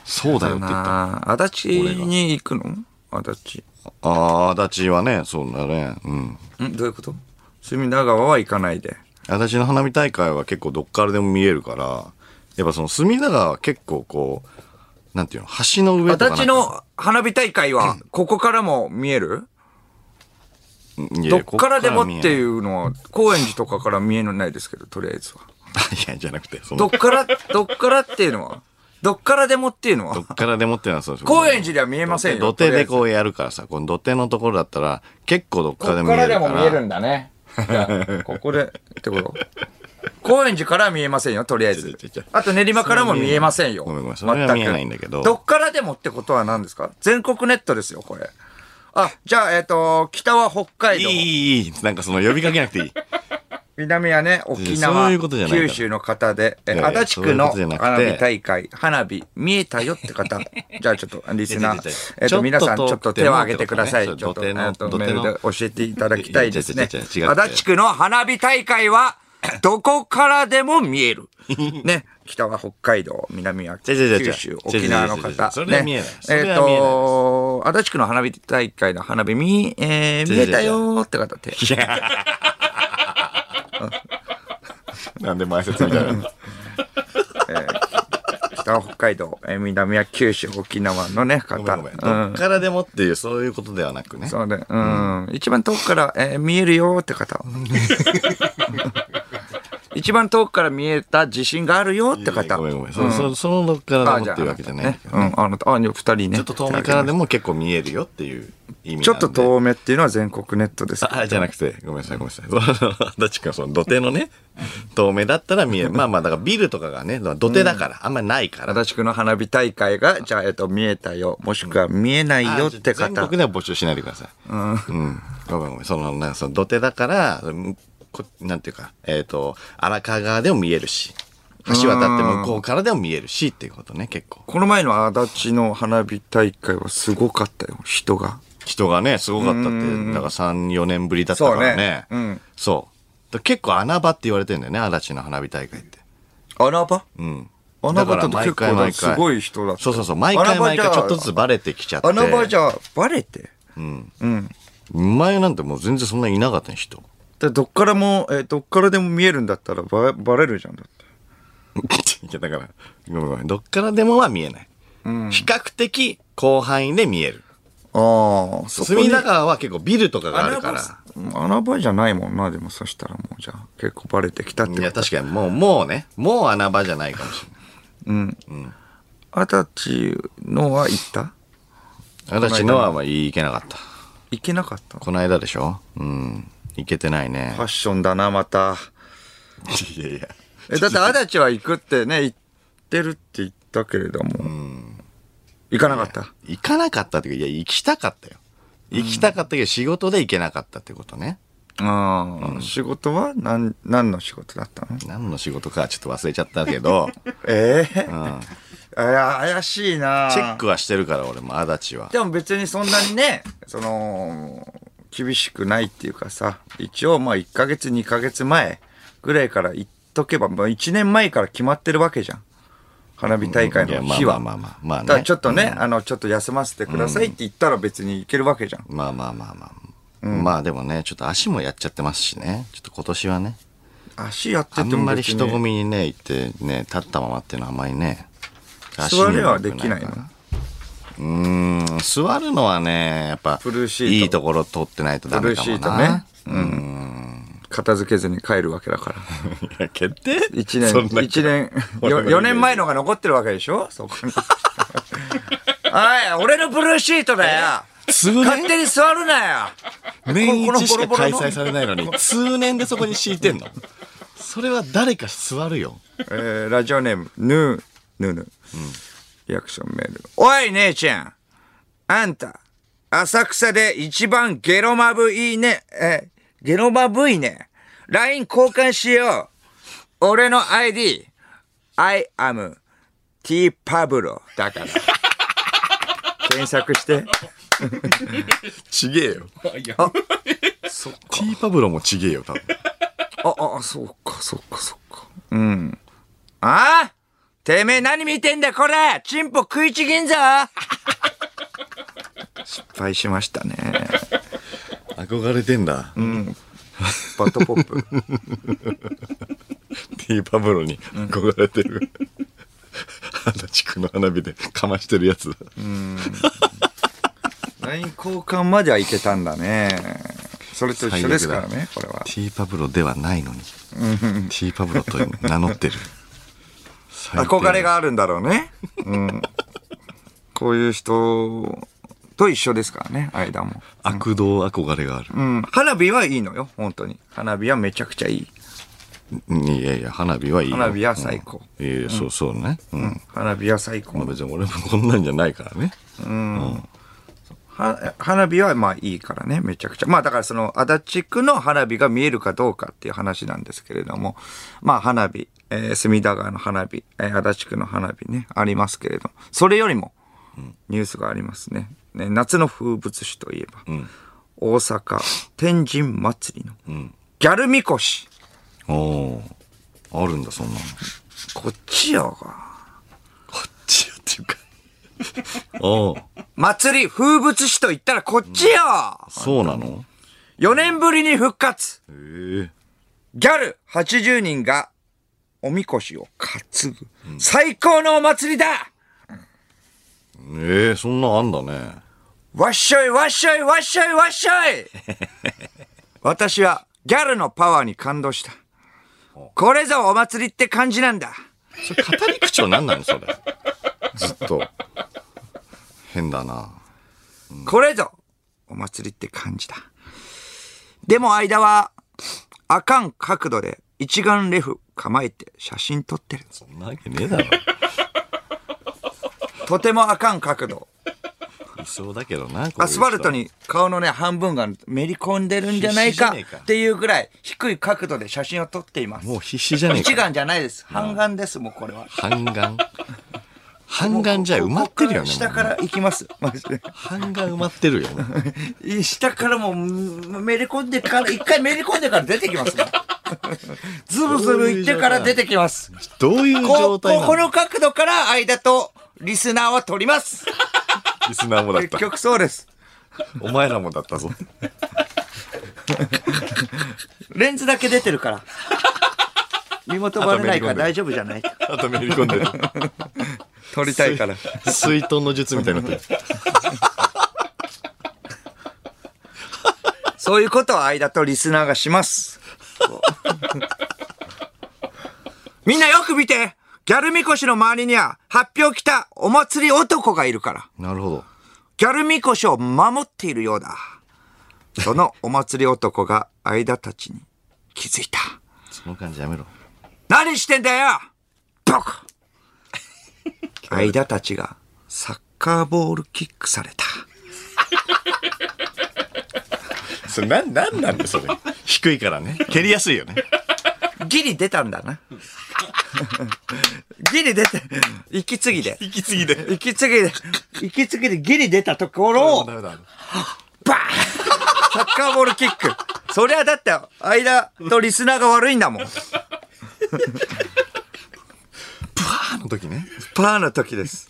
Speaker 1: そうだよって言った
Speaker 2: なあ、足立に行くの足
Speaker 1: ああ足立はねそうだねうん
Speaker 2: 立。んどういうこと隅田川は行かないで。
Speaker 1: 私の花火大会は結構どっからでも見えるから、やっぱその隅田川は結構こう、なんていうの、橋の上とか
Speaker 2: 足
Speaker 1: なんか。
Speaker 2: 立の花火大会は、ここからも見える
Speaker 1: い
Speaker 2: ど
Speaker 1: や、。
Speaker 2: っからでもっていううのは、高円寺とかから見えないですけど、とりあえずは。
Speaker 1: いや、じゃなくて、その
Speaker 2: どっから、どっからっていうのは、どっからでもっていうの
Speaker 1: ど
Speaker 2: は
Speaker 1: っ、からでもっていうのはそうです
Speaker 2: 高円寺では見えませんよ。
Speaker 1: 土手で
Speaker 2: う、
Speaker 1: こうやるからさ、この土手のところだったら、結構どっ
Speaker 2: こ
Speaker 1: か
Speaker 2: こ
Speaker 1: らでも
Speaker 2: か
Speaker 1: 見えるから。
Speaker 2: らでも見えるんだね。じゃあここで、ってこと
Speaker 1: [laughs]
Speaker 2: 高円寺からは見えませんよ、とりあえ
Speaker 1: 違う
Speaker 2: ず
Speaker 1: 違う違う。
Speaker 2: あと練馬からも見えませんよ。
Speaker 1: ごめんごめんそれは見えないんだけど
Speaker 2: 全くどっからでもってことは何ですか全国ネットですよ、これ。あ、じゃあ、えっ、と、北は北海
Speaker 1: い
Speaker 2: 道。
Speaker 1: い、いい、いい。なんかその呼びかけなくていい。
Speaker 2: 南はね、沖縄、
Speaker 1: そういうことじゃないから
Speaker 2: 九州の方で、え
Speaker 1: いやいや
Speaker 2: 足立区の
Speaker 1: そういうことじゃなくて
Speaker 2: 花火大会、花火見えたよっ
Speaker 1: [laughs]
Speaker 2: て方、じゃあちょっとリスナ
Speaker 1: いやいやいや
Speaker 2: ー、えっと皆さんちょっと手を挙げてください。ちょっと、
Speaker 1: 土手
Speaker 2: え
Speaker 1: の
Speaker 2: っと
Speaker 1: 土
Speaker 2: メ
Speaker 1: 手の
Speaker 2: ールで教えていただきたいですね。
Speaker 1: いやい
Speaker 2: 足
Speaker 1: やいや違う違う違う
Speaker 2: 立区の花火大
Speaker 1: [laughs]
Speaker 2: 会は、どこからでも見える。ね。北は北海道、南は
Speaker 1: 違う違う違う
Speaker 2: 九州、沖縄の
Speaker 1: 違う違う違う違う
Speaker 2: 方。
Speaker 1: それは見えない
Speaker 2: ね
Speaker 1: そ
Speaker 2: え
Speaker 1: れ
Speaker 2: っ
Speaker 1: は見えない
Speaker 2: と、足立区の花火大会の花火見、えー
Speaker 1: 違う
Speaker 2: 見えたよーって方手。
Speaker 1: いや。なんで前説みたいな。
Speaker 2: 北は北海道、えー南は九州、沖縄のね、方。
Speaker 1: ごめんごめん。
Speaker 2: う
Speaker 1: どっ
Speaker 2: ん。
Speaker 1: からでもっていう、そういうことではなくね。
Speaker 2: そうね、うん。一番遠くから、えー見えるよっ
Speaker 1: [laughs]
Speaker 2: て方。一番遠くから見えた自信があるよって
Speaker 1: いや
Speaker 2: 方。
Speaker 1: ごめんごめん。そ
Speaker 2: うん
Speaker 1: そそのどっから
Speaker 2: あ
Speaker 1: でもっていうわけじゃないんだけど
Speaker 2: あなたねうん、あなた、あ、二人ね。
Speaker 1: ちょっと遠目からでも結構見えるよっていう意味なんで。
Speaker 2: ちょっと遠目っていうのは全国ネットです。
Speaker 1: あ、じゃなくて、ごめんなさい、ごめんなさい。どっちかその土手のね、遠目だったら見える。まあまあ、だからビルとかがね、土手だから、あんまりないから。
Speaker 2: 足立区の花火大会が、じゃあ、えっと、見えたよ、もしくは見えないよって
Speaker 1: あじゃあ全
Speaker 2: 方。
Speaker 1: 国では募集しないでください。うん。ごめんごめん。その、なんかその土手だから、うんこなんていうか、えっ、と、荒川側でも見えるし、橋渡って向こうからでも見えるしっていうことね、結構。
Speaker 2: この前の足立の花火大会はすごかったよ、人が。
Speaker 1: 人がね、すごかったって、だから3、4年ぶりだったからね。
Speaker 2: そうねうん
Speaker 1: そうだから結構穴場って言われてんだよね、足立の花火大会って。
Speaker 2: 穴場
Speaker 1: うん。
Speaker 2: 穴場だと
Speaker 1: から毎回
Speaker 2: 結構だ
Speaker 1: 毎回
Speaker 2: すごい人だった
Speaker 1: そうそうそう、毎回毎回
Speaker 2: 穴場
Speaker 1: ち
Speaker 2: じゃ
Speaker 1: ょっとずつバレてきちゃって。
Speaker 2: 穴場じゃバレて。
Speaker 1: うん。
Speaker 2: うん。
Speaker 1: 前なんてもう全然そんなにいなかったね、
Speaker 2: [laughs]
Speaker 1: 人。
Speaker 2: でどっからも、えーどっからでも見えるんだったらババレるじゃんだって。
Speaker 1: いや、だから、ごめんごめん。どっからでもは見えない。比較的広範囲で見える。
Speaker 2: ああ、そこ
Speaker 1: 隅
Speaker 2: に
Speaker 1: 田川は結構ビルとかがある
Speaker 2: 穴
Speaker 1: か
Speaker 2: 場
Speaker 1: ら。
Speaker 2: 穴場じゃないもんな、でもそしたらもうじゃあ結構バレてきたって
Speaker 1: い
Speaker 2: こ
Speaker 1: や、
Speaker 2: と。
Speaker 1: 確かにもう、もうね、もう穴場じゃないかもし
Speaker 2: 二十歳のは行った
Speaker 1: れない。私のはまあ行けなかった。
Speaker 2: 行けなかったフ
Speaker 1: この間でしょうん。行けてないね
Speaker 2: ァ。ッションだな、また。
Speaker 1: いやいや。
Speaker 2: え、だって足立は行くってね、行ってるって言ったけれども。行かなかった。
Speaker 1: 行かなかったっていうか、いや、行きたかったよ。行きたかったけど、仕事で行けなかったってことね。
Speaker 2: ああ、仕事は何、何の仕事だったの
Speaker 1: 何の仕事かちょっと忘れちゃったけ
Speaker 2: [laughs]
Speaker 1: ど、
Speaker 2: ええ
Speaker 1: うん。
Speaker 2: いや、怪しいな
Speaker 1: チェックはしてるから、俺も、足立は。
Speaker 2: でも別にそんなにね、その、厳しくないっていうかさ、一応まあ1ヶ月2ヶ月前ぐらいから行っとけば、まあ1年前から決まってるわけじゃん。花火大会の日は。
Speaker 1: いやまあまあまあまあまあね
Speaker 2: だからちょっとね、あの、ちょっと休ませてくださいって言ったら別に行けるわけじゃん。
Speaker 1: まあまあまあまあ。まあでもね、ちょっと足もやっちゃってますしね。ちょっと今年はね。
Speaker 2: 足やってて
Speaker 1: あ
Speaker 2: も
Speaker 1: ん
Speaker 2: 別に
Speaker 1: まり人混みにね、行ってね、立ったままっていうのはあんまりね。
Speaker 2: 座れはできな
Speaker 1: 足にも良
Speaker 2: い
Speaker 1: く
Speaker 2: の
Speaker 1: から。うーん、座るのはね、やっぱ、
Speaker 2: ブルーシート
Speaker 1: いいところ取ってないとダ
Speaker 2: ブ
Speaker 1: メ
Speaker 2: ルー
Speaker 1: か
Speaker 2: シ
Speaker 1: も
Speaker 2: ート
Speaker 1: な。
Speaker 2: ね。うん。片付けずに帰るわけ
Speaker 1: [laughs]
Speaker 2: だか
Speaker 1: い
Speaker 2: ら。
Speaker 1: や、決定
Speaker 2: 一
Speaker 1: そんな
Speaker 2: 年、
Speaker 1: [laughs]
Speaker 2: 一年、よ四年前のが残ってるわけでしょそこに。はい、俺のブルーシートだよ
Speaker 1: 通
Speaker 2: 勝手に座るなよ
Speaker 1: 年一しか
Speaker 2: このボロボロ
Speaker 1: 開
Speaker 2: の
Speaker 1: 催されないのに、通年でそこに敷いてんの。それは誰か座るよ。
Speaker 2: えー、ラジオネーム、ヌー、ヌーヌー。リアクションメール。おい、姉ちゃんあんた、浅草で一番ゲロまぶいいね。え、ゲロまぶいね。LINE 交換しよう。俺の ID、I am T パブロだから。検索して。
Speaker 1: ちげえよ。
Speaker 2: そっか。
Speaker 1: ティーパブロもちげえよ、多分。
Speaker 2: あ、あ、そうか、そうか、そうか。うん。ああてめえ何見てんだこれチンポ食いちぎんぞ [laughs] 失敗しましたね。
Speaker 1: 憧れてんだ。
Speaker 2: バットポ
Speaker 1: [laughs]
Speaker 2: ップ。
Speaker 1: ティーパブロに憧れてる。 [laughs] 足立区の花火でかましてるやつだ。
Speaker 2: ライン交換まではいけたんだね。それと一緒ですから
Speaker 1: 最悪
Speaker 2: ね、これは
Speaker 1: テ。ィーパブロではないのに。ティーパブロと名乗 [laughs] ってる。最低
Speaker 2: 憧れ。があるんだろうね。うん。こういう人と一緒ですからね、間も。
Speaker 1: 悪道憧れがある。
Speaker 2: うん。花火はいいのよ、本当に。花火はめちゃくちゃいい。
Speaker 1: いやいや、花火はいいよ。
Speaker 2: 花火は最高。
Speaker 1: いやいや、そうそうね。うん。
Speaker 2: 花火は最高
Speaker 1: まあ。別に俺もこんなんじゃないからね。
Speaker 2: は花火はまあいいからね、めちゃくちゃ。まあだからその足立区の花火が見えるかどうかっていう話なんですけれども、まあ花火、えー隅田川の花火、えー足立区の花火ね、ありますけれど、それよりもニュースがありますね。ね夏の風物詩といえば、大阪天神祭りのギャルみこし。
Speaker 1: おーあるんだ、そんなの。
Speaker 2: こっちよが。
Speaker 1: こっちよって [laughs] いうか。おー
Speaker 2: 祭り、風物詩と言ったらこっちよ、
Speaker 1: そうなの
Speaker 2: !4 年ぶりに復活
Speaker 1: ええ。
Speaker 2: ギャル80人がおみこしを担ぐ。最高のお祭りだ
Speaker 1: ええ、そんなんあんだね。
Speaker 2: わっしょいわっしょいわっしょいわっしょい私はギャルのパワーに感動した。これぞお祭りって感じなんだ。
Speaker 1: それ語り口調なんなのそれ。ずっ [laughs] と。変だな。
Speaker 2: これぞお祭りって感じだ。でも間は、あかん角度で一眼レフ構えて写真撮ってる。
Speaker 1: そんなわけねえだろ。
Speaker 2: とてもあかん角度。
Speaker 1: いそうだけどな。
Speaker 2: アスファルト
Speaker 1: に。
Speaker 2: に顔のね、半分がめり込んでるんじゃない
Speaker 1: 必死じ
Speaker 2: か
Speaker 1: ゃねえか
Speaker 2: っていうぐらい低い角度で写真を撮っています。
Speaker 1: もう必死じゃねえか
Speaker 2: 一眼じゃないです。半眼です、もうこれは。
Speaker 1: 半眼。半眼じゃ埋まってるよね。
Speaker 2: 下か
Speaker 1: もう
Speaker 2: ら行きます。マジで。
Speaker 1: 半眼埋まってるよね。
Speaker 2: 下からもう、めり込んでから、一回めり込んでから出てきますもん。ズブズブ行ってから出てきます。
Speaker 1: どういう
Speaker 2: こ
Speaker 1: 状
Speaker 2: う
Speaker 1: 態
Speaker 2: こ
Speaker 1: な
Speaker 2: こ
Speaker 1: の
Speaker 2: の角度から間とリスナーは取ります。
Speaker 1: リスナーもだっ
Speaker 2: 結
Speaker 1: た。
Speaker 2: 局そうです。
Speaker 1: お前らもだったぞ。
Speaker 2: レンズだけ出てる [laughs] から。身元バレないから大丈夫じゃない
Speaker 1: あとめり込んでる。
Speaker 2: 取りたいから。
Speaker 1: 水遁の術みたいになってる。
Speaker 2: そういうことを間とリスナーがします。みんなよく見てギャルみこしの周りには発表来たお祭り男がいるから。
Speaker 1: なるほど。
Speaker 2: ギャルみこしを守っているようだ。そのお祭り男が間たちに気づいた。
Speaker 1: その感じやめろ。
Speaker 2: 何してんだよボク間たちがサッカーボールキックされた。
Speaker 1: それ、なん、なんなんでそれ。低いからね。蹴りやすいよね。
Speaker 2: ギリ出たんだな。 [laughs] ギリ出て、息継ぎで。
Speaker 1: 息継ぎで。
Speaker 2: 息継ぎで、息継ぎでギリ出たところを、
Speaker 1: ダメだ。
Speaker 2: バーンサッカーボールキック。そりゃだって、間とリスナーが悪いんだもん。
Speaker 1: あの時ね。
Speaker 2: パーの時です。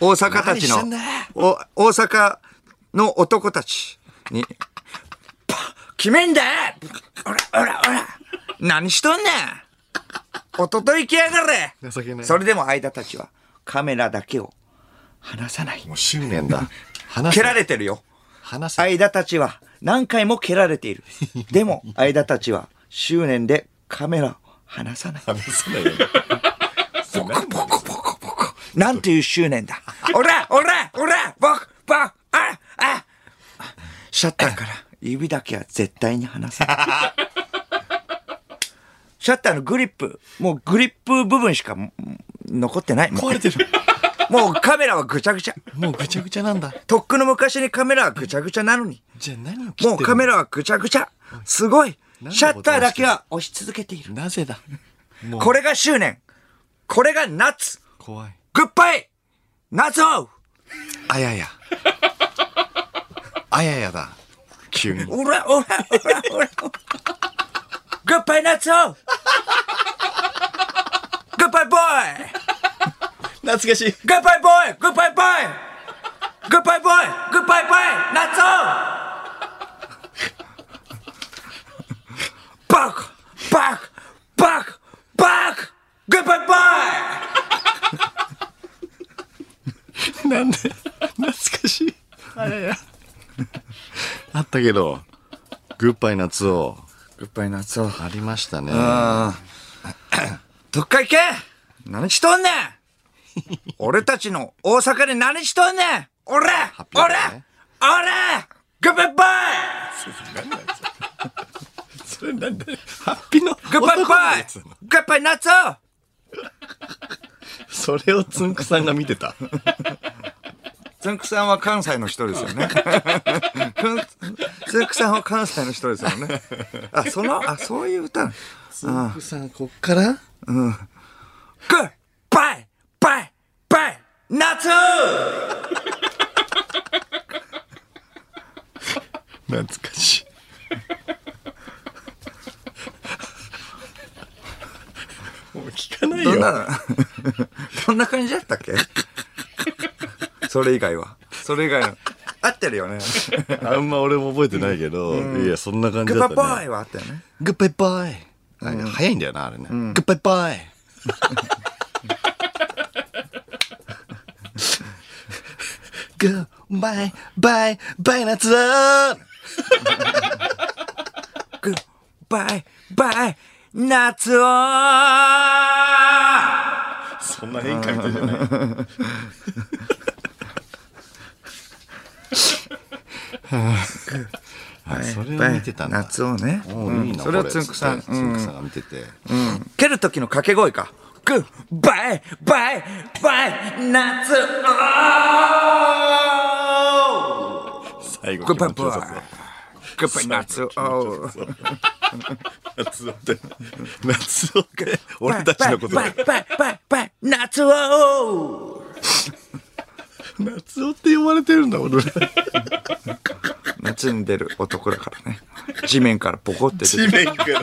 Speaker 2: 大阪たち
Speaker 1: 何してんだ
Speaker 2: の、お大阪の男たちに、パー決めんだおらおらおら何しとんねんおととい来やがれ
Speaker 1: 情けない
Speaker 2: それでも間たちはカメラだけを離さない。
Speaker 1: もう執念だ。話
Speaker 2: 蹴
Speaker 1: せ。
Speaker 2: られてるよ。
Speaker 1: 話せ。
Speaker 2: 間たちは何回も蹴られている。でも、間たちは執念でカメラを離さない。
Speaker 1: 話せないよ。
Speaker 2: [laughs] ボコボコボコボコ。なんていう執念だ。おらおらおらボクボクああシャッターから指だけは絶対に離さない。シャッターのグリップ、もうグリップ部分しかも残ってない。も
Speaker 1: 壊れてる。
Speaker 2: うもうカメラはぐちゃぐちゃ。
Speaker 1: もうぐちゃぐちゃなんだ。
Speaker 2: とっくの昔にカメラはぐちゃぐちゃなのに。
Speaker 1: じゃあ何を切ってる
Speaker 2: もうカメラはぐちゃぐちゃ。すごい。
Speaker 1: なんで
Speaker 2: シャッターだけは押し続けている。
Speaker 1: なぜだもう
Speaker 2: これが執念。これが夏。
Speaker 1: 怖い。
Speaker 2: グッバイ夏を
Speaker 1: あやや。あややだ。急に。
Speaker 2: オラオラオラオラグッバイ夏をグッバイボーイ
Speaker 1: 懐かしい。
Speaker 2: グッバイボーイグッバイボーイグッバイボーイグッバイボーイ夏をバックバックバックバックグッバイボーイ
Speaker 1: なんで、懐かしい。あやや。あったけど、グッバイ夏を。
Speaker 2: グッバイ夏を
Speaker 1: ありましたね。
Speaker 2: [coughs] どっか行け何しとんねん
Speaker 1: [laughs]
Speaker 2: 俺たちの大阪で何しとんねん俺
Speaker 1: ピー
Speaker 2: 俺
Speaker 1: だね
Speaker 2: 俺グッバイバ
Speaker 1: それなんで、ハッピーの
Speaker 2: イグッバイ
Speaker 1: 男の
Speaker 2: バイ
Speaker 1: やつなの
Speaker 2: グッバイ夏男
Speaker 1: それをつんくさんが見てた。
Speaker 2: つんくさんは関西の人ですよ [laughs] ね。つんくさんは関西の人ですよ [laughs] ね。あ、その、あ、そういう歌。
Speaker 1: つんくさん、こっから
Speaker 2: グッバイバイバイ夏
Speaker 1: 懐かしい。もう聞かない
Speaker 2: どん
Speaker 1: よ。
Speaker 2: な、 [laughs] どんな感じだったっけそれ以外は。それ以外の。合ってるよね。
Speaker 1: あんま俺も覚えてないけど、いや、そんな感じ
Speaker 2: グ
Speaker 1: だ
Speaker 2: ッ
Speaker 1: っ
Speaker 2: バイ
Speaker 1: た
Speaker 2: バイ
Speaker 1: ね。
Speaker 2: はあったよね。
Speaker 1: グッバイバイ。あ早いんだよな、あれね。グッバイバ [laughs] イ。グッバイバイバイ夏だ
Speaker 2: グッバイバイ夏を
Speaker 1: そんな変化みたい
Speaker 2: [laughs]
Speaker 1: じゃない。あそれを見てたんだ。
Speaker 2: 夏をね。
Speaker 1: お
Speaker 2: う
Speaker 1: ー
Speaker 2: ん
Speaker 1: いいな
Speaker 2: それを
Speaker 1: こ
Speaker 2: つんくさん
Speaker 1: つ。つんくさんが見てて。
Speaker 2: うん蹴る時の掛け声か。グッバイバイバイ夏を
Speaker 1: が気
Speaker 2: グッパ
Speaker 1: 持ち
Speaker 2: ンプー
Speaker 1: よさそう。
Speaker 2: グッパン夏を
Speaker 1: 夏男って。夏男か。俺たちの
Speaker 2: [laughs]
Speaker 1: こと
Speaker 2: パ
Speaker 1: だ
Speaker 2: ンパンパンパン夏を
Speaker 1: 夏男って呼ばれてるんだ、俺。
Speaker 2: 夏に出る男だからね地面からボコ [laughs] って出て
Speaker 1: 地面から。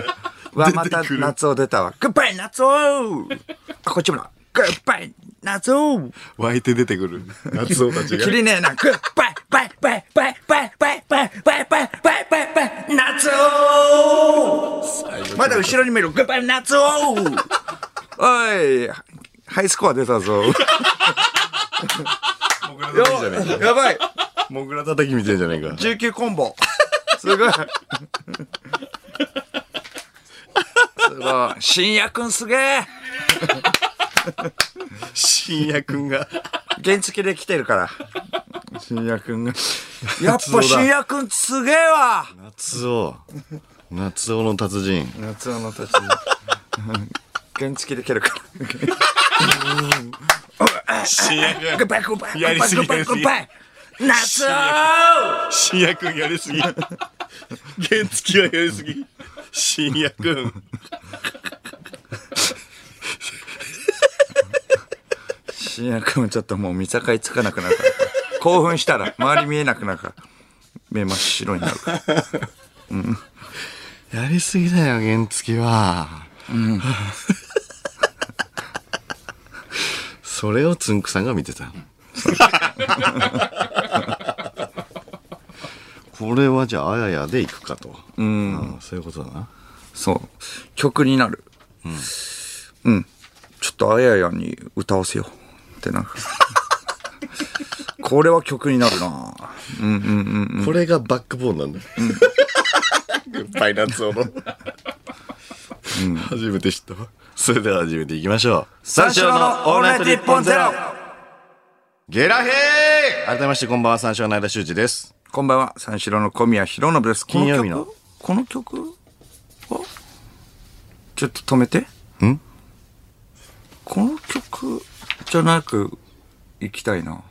Speaker 2: わまた夏を出たわグッバイ夏をあこっちもだグッバイ夏を
Speaker 1: 湧いて出てくる。夏男たちが
Speaker 2: [laughs] 切。りねえなグッバイバイバイバイバイバイバイバイバイバイバイバイ夏をまだ後ろに見るグッバイ夏をおいハイスコア出たぞ
Speaker 1: モグラ
Speaker 2: や
Speaker 1: 叩きじゃねえか。
Speaker 2: やばい
Speaker 1: モグラ叩きみたいじゃねえか。
Speaker 2: 19コンボすごいすごい深夜くんすげえ
Speaker 1: 深夜くんが。
Speaker 2: 原付で来てるから
Speaker 1: 深夜くんが。
Speaker 2: やっぱ深夜くんすげえわ
Speaker 1: 夏男。夏男の達人。
Speaker 2: 夏男のたち原付で蹴るから
Speaker 1: 深夜
Speaker 2: グッ。バイグッバイグ
Speaker 1: や
Speaker 2: ッ
Speaker 1: り
Speaker 2: バイ
Speaker 1: す
Speaker 2: グ
Speaker 1: ぎ
Speaker 2: ッバイ
Speaker 1: やり
Speaker 2: グ
Speaker 1: す
Speaker 2: ッ
Speaker 1: ぎ
Speaker 2: バイ夏
Speaker 1: 深夜くんやりすぎ。原付はやりすぎ。深夜くん。
Speaker 2: 深夜くんちょっともう見境つかなくなるから興奮したら周り見えなくなるから目真っ白になるから
Speaker 1: やりすぎだよ、原付は。それをつんくさんが見てた。これはじゃあ、あややで行くかと。うん。そういうことだな。
Speaker 2: そう曲になるうん、ちょっとあややに歌わせようってなんかこれは曲になるな
Speaker 1: これがバックボーンなんだ。グッバイナッツオの。初めて知ったわ。それでは始めていきましょう。
Speaker 2: 三四郎のオールナイトニッポンゼロ
Speaker 1: ゲラヘー改めましてこんばんは、三四郎の間修二です。
Speaker 2: こんばんは、三四郎の小宮浩信です。
Speaker 1: 金曜日の
Speaker 2: この曲この曲はちょっと止めて。
Speaker 1: ん
Speaker 2: この曲じゃなく行きたい
Speaker 1: [laughs]
Speaker 2: な。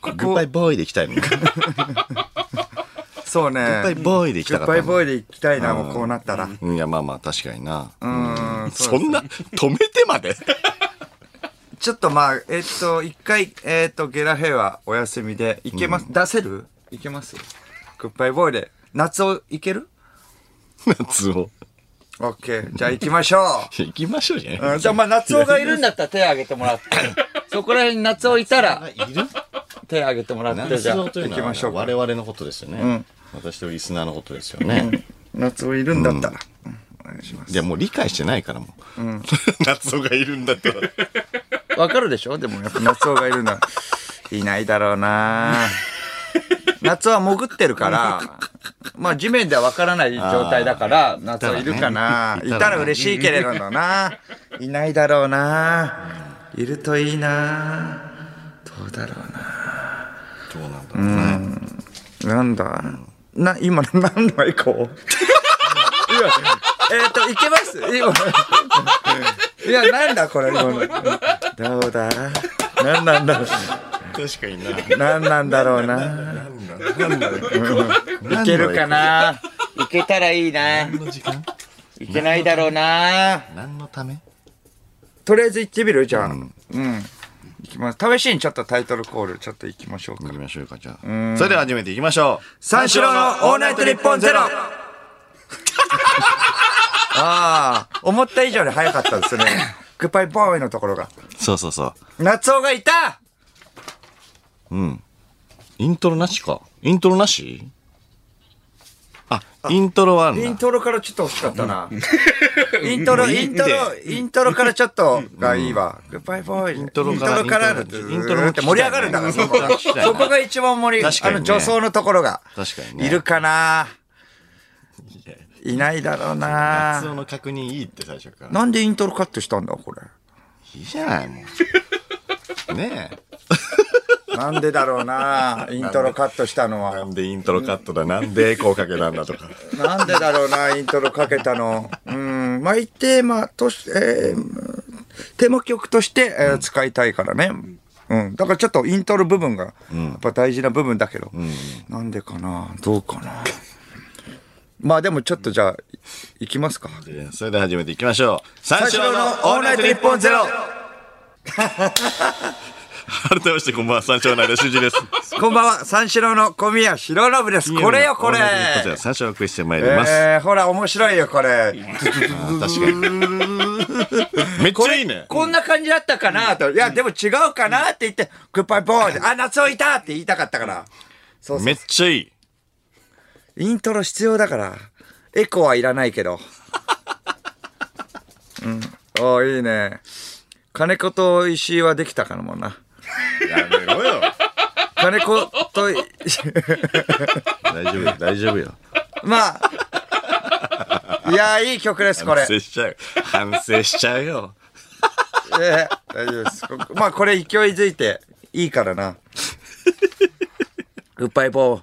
Speaker 1: グッバイボーイで行きたいの。グッ
Speaker 2: そうね。グッ
Speaker 1: バイボーイで行きたかった
Speaker 2: バ
Speaker 1: の。
Speaker 2: イボーイで行きたいな、もうこうなったら。
Speaker 1: [laughs] うんいや、まあまあ、確かにな。
Speaker 2: うん。
Speaker 1: そんな、止めてまで
Speaker 2: ちょっとまあ、えっと、一回、えっと、ゲラヘイはお休みで、いけます、出せるいけますグッバイボーイで。夏をいける
Speaker 1: 夏を。
Speaker 2: オッケー。じゃあ行きましょう。
Speaker 1: 行きましょうじゃ
Speaker 2: う
Speaker 1: なんい
Speaker 2: [laughs] じゃあまあ夏男がいるんだったら手挙げてもら [laughs] って。そこら辺に夏男いたら
Speaker 1: いる
Speaker 2: 手挙げてもらってじゃ
Speaker 1: 夏
Speaker 2: あ
Speaker 1: をという
Speaker 2: 行き
Speaker 1: の
Speaker 2: ましょ
Speaker 1: は
Speaker 2: うか
Speaker 1: 我。々のことですよね。私とリスナーのことですよね。
Speaker 2: 夏男いるんだったら。うんお願いします。
Speaker 1: いや、もう理解してないからもう。
Speaker 2: [laughs]
Speaker 1: 夏男がいるんだったら。
Speaker 2: わかるでしょでもやっぱ夏男がいるんだ。いないだろうな夏は潜ってるから、まあ地面ではわからない状態だから、夏はいるか
Speaker 1: いたら
Speaker 2: な、
Speaker 1: ね
Speaker 2: いたら嬉しいけれどもな。いないだろうないるといいなどうだろうな
Speaker 1: どうなんだろうね。
Speaker 2: なんだ、な、今、何のエコーい
Speaker 1: [laughs]
Speaker 2: や、えっ、と、いけます今。いや、なんだこれ、今の。どうだなんなんだろ
Speaker 1: 確かにな。
Speaker 2: う。なんなんだろうな。いけるかないけたらいいな。
Speaker 1: 何の時間
Speaker 2: いけないだろうな。
Speaker 1: 何のため
Speaker 2: とりあえず行ってみるじゃあ。うん。いきます。試しにちょっとタイトルコール、ちょっと行きましょう
Speaker 1: 行
Speaker 2: か。
Speaker 1: きましょうか、じゃあ。それでは始めていきましょう。
Speaker 2: 三四郎のオールナイト日本ゼ [laughs] ロああ、思った以上に早かったですね。グッバイボーイのところが。
Speaker 1: そうそうそう。
Speaker 2: 夏男がいた
Speaker 1: イントロなしか。イントロなしあ、イントロはある
Speaker 2: イ
Speaker 1: ん
Speaker 2: ン
Speaker 1: だ。
Speaker 2: トロからちょっと欲しかったな。 [laughs] イントロ、イントロ、イントロからちょっとがいいわ。グッバイボーイ。イン
Speaker 1: トロから
Speaker 2: イントロからだ
Speaker 1: イン
Speaker 2: と
Speaker 1: トロ
Speaker 2: イントロって
Speaker 1: イントロも聞き
Speaker 2: 盛
Speaker 1: た
Speaker 2: り上
Speaker 1: いね
Speaker 2: がるんだから、そこが。
Speaker 1: イントロ聞きたいね
Speaker 2: そこが一番盛り、
Speaker 1: 確か
Speaker 2: あ
Speaker 1: にね
Speaker 2: の、女装のところが。
Speaker 1: 確かにね。
Speaker 2: いるかないないだろう
Speaker 1: 夏
Speaker 2: な
Speaker 1: 音の確認いいって最初から。
Speaker 2: なんでイントロカットしたんだ、これ。
Speaker 1: いいじゃない、も
Speaker 2: [laughs]
Speaker 1: う。ねえ。
Speaker 2: なんでだろ
Speaker 1: [laughs]
Speaker 2: うなイントロカットしたの
Speaker 1: な
Speaker 2: は。
Speaker 1: んでイントロカットだ、なんでエコーかけたんだとか。
Speaker 2: なんでだろ
Speaker 1: [laughs]
Speaker 2: うなイントロかけたの。うん、マイテーマとして、えーテーマ曲として、えー使いたいからね。うん。だからちょっとイントロ部分が、やっぱ大事な部分だけど、なんでかなどうかなまあでもちょっとじゃあ、いきますか。
Speaker 1: えーそれでは始めていきましょう。三
Speaker 2: 三
Speaker 1: 四郎
Speaker 2: 四郎
Speaker 1: の
Speaker 2: の
Speaker 1: オー
Speaker 2: オー
Speaker 1: ル
Speaker 2: ル
Speaker 1: ナイ
Speaker 2: ナイ
Speaker 1: ト
Speaker 2: ト
Speaker 1: ニ
Speaker 2: ニ
Speaker 1: ッ
Speaker 2: ッ
Speaker 1: ポ
Speaker 2: ポ
Speaker 1: ン
Speaker 2: ン
Speaker 1: ゼ
Speaker 2: ゼ
Speaker 1: ロ
Speaker 2: ロ。
Speaker 1: 改めまして、こんばんは、三四郎の間修二です。
Speaker 2: こんばんは、三四郎の小宮弘信です。これよ、これ。
Speaker 1: オールナイトニッポンゼロ三四郎をお送りしてまいります。
Speaker 2: えー、ほら、面白いよ、これ。
Speaker 1: 確かに。めっちゃいいね。
Speaker 2: こんな感じだったかなと。いや、でも違うかなって言って、グッバイボーイで、あ、夏をいたって言いたかったから。そうそう
Speaker 1: めっちゃいい。
Speaker 2: イントロ必要だから。エコーはいらないけ [laughs] ど。うん。おーいいね。金子と石井はできたからもな。
Speaker 1: やめろよ。
Speaker 2: 金子とい、
Speaker 1: 大丈夫よ、大丈夫よ。
Speaker 2: ま [laughs] あ。いやー、いい曲です、これ
Speaker 1: 反。省しちゃう。反省しちゃうよ。
Speaker 2: ええ大丈夫です。ここまあ、これ勢いづいていいからな。グッバイボー。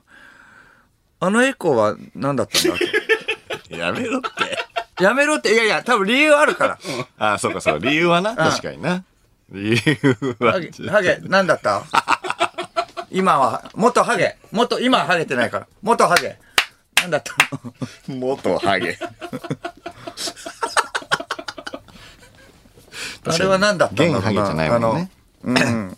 Speaker 2: あのエコーは何だったんだっけ
Speaker 1: やめろって。
Speaker 2: やめろって、いやいや、多分理由あるから。
Speaker 1: あそうか、そう。理由はな、確かにな。理由
Speaker 2: ハ
Speaker 1: は。
Speaker 2: ゲ、ハゲ、なんだった今は、元ハゲ。元、今はハゲてないから。元ハゲ。なんだったの
Speaker 1: 元ハゲ。
Speaker 2: あれはなんだったんだろうな
Speaker 1: 現ハゲじゃないもんね。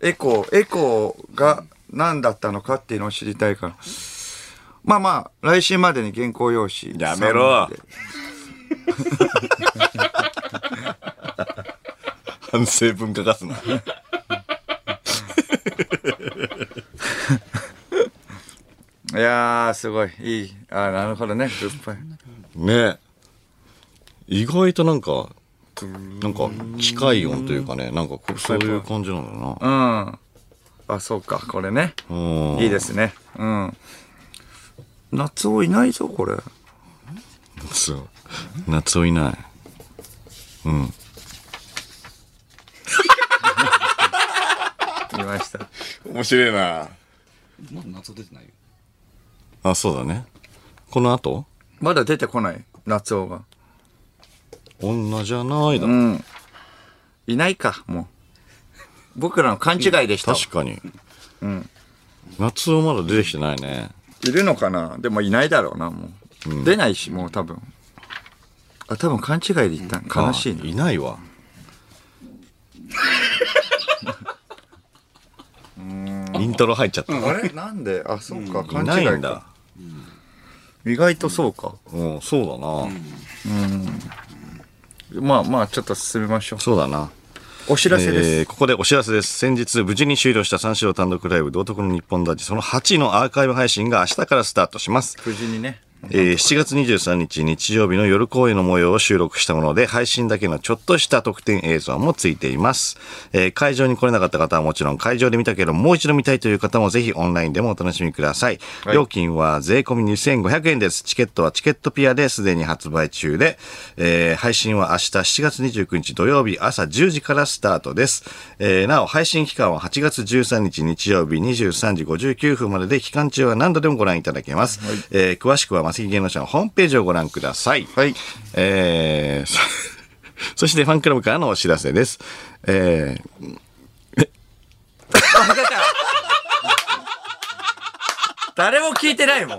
Speaker 2: エコー、エコーが何だったのかっていうのを知りたいから。まあまあ、来週までに原稿用紙。
Speaker 1: やめろ反省文化化すな。
Speaker 2: いやー、すごい。いい。あーなるほどね。グッバイ
Speaker 1: ね意外となんか、なんか近い音というかね、なんかこうそういう感じなんだよ
Speaker 2: うん。あ、そうか。これね。
Speaker 1: な。うん。
Speaker 2: いいですね。うん。夏男いないぞ、これ。
Speaker 1: そう。夏をいない。うん。
Speaker 2: いました。
Speaker 1: 面白いな。
Speaker 3: まだ謎出てないよ。
Speaker 1: あ、そうだね。この後
Speaker 2: まだ出てこない夏男が。
Speaker 1: 女じゃないだ。
Speaker 2: うん。いないか、もう。僕らの勘違いでした。
Speaker 1: 確かに。うん。夏をまだ出てきてないね。
Speaker 2: いるのかなでもいないだろうな、もう。出ないし、もう多分。あ、多分勘違いで言った。悲しい
Speaker 1: あ
Speaker 2: ね。
Speaker 1: いない
Speaker 2: [laughs]
Speaker 1: わ。イントロ入っちゃった。
Speaker 2: あれなんであ、そうか、
Speaker 1: い
Speaker 2: 勘
Speaker 1: な
Speaker 2: 違
Speaker 1: い
Speaker 2: い
Speaker 1: んだ
Speaker 2: か。。意外とそうか。
Speaker 1: うん、そうだな。
Speaker 2: まあまあ、ちょっと進めましょう。
Speaker 1: そうだな。
Speaker 2: お知らせです。
Speaker 1: えーここでお知らせです。先日、無事に終了した三四郎単独ライブ、道徳の日本ダージその8のアーカイブ配信が明日からスタートします。
Speaker 2: 無事にね。
Speaker 1: えー7月23日日曜日の夜公演の模様を収録したもので、配信だけのちょっとした特典映像もついています。えー会場に来れなかった方はもちろん、会場で見たけどもう一度見たいという方もぜひオンラインでもお楽しみください。料金は税込み2500円です。チケットはチケットピアですでに発売中で、えー配信は明日7月29日土曜日朝10時からスタートです。えーなお、配信期間は8月13日日曜日23時59分までで、期間中は何度でもご覧いただけます。えー詳しくは、マセキ芸能社のホームページをご覧ください。
Speaker 2: はい。
Speaker 1: えーそ [laughs] そしてファンクラブからのお知らせです。えー
Speaker 2: あ出た誰も聞いてないもん。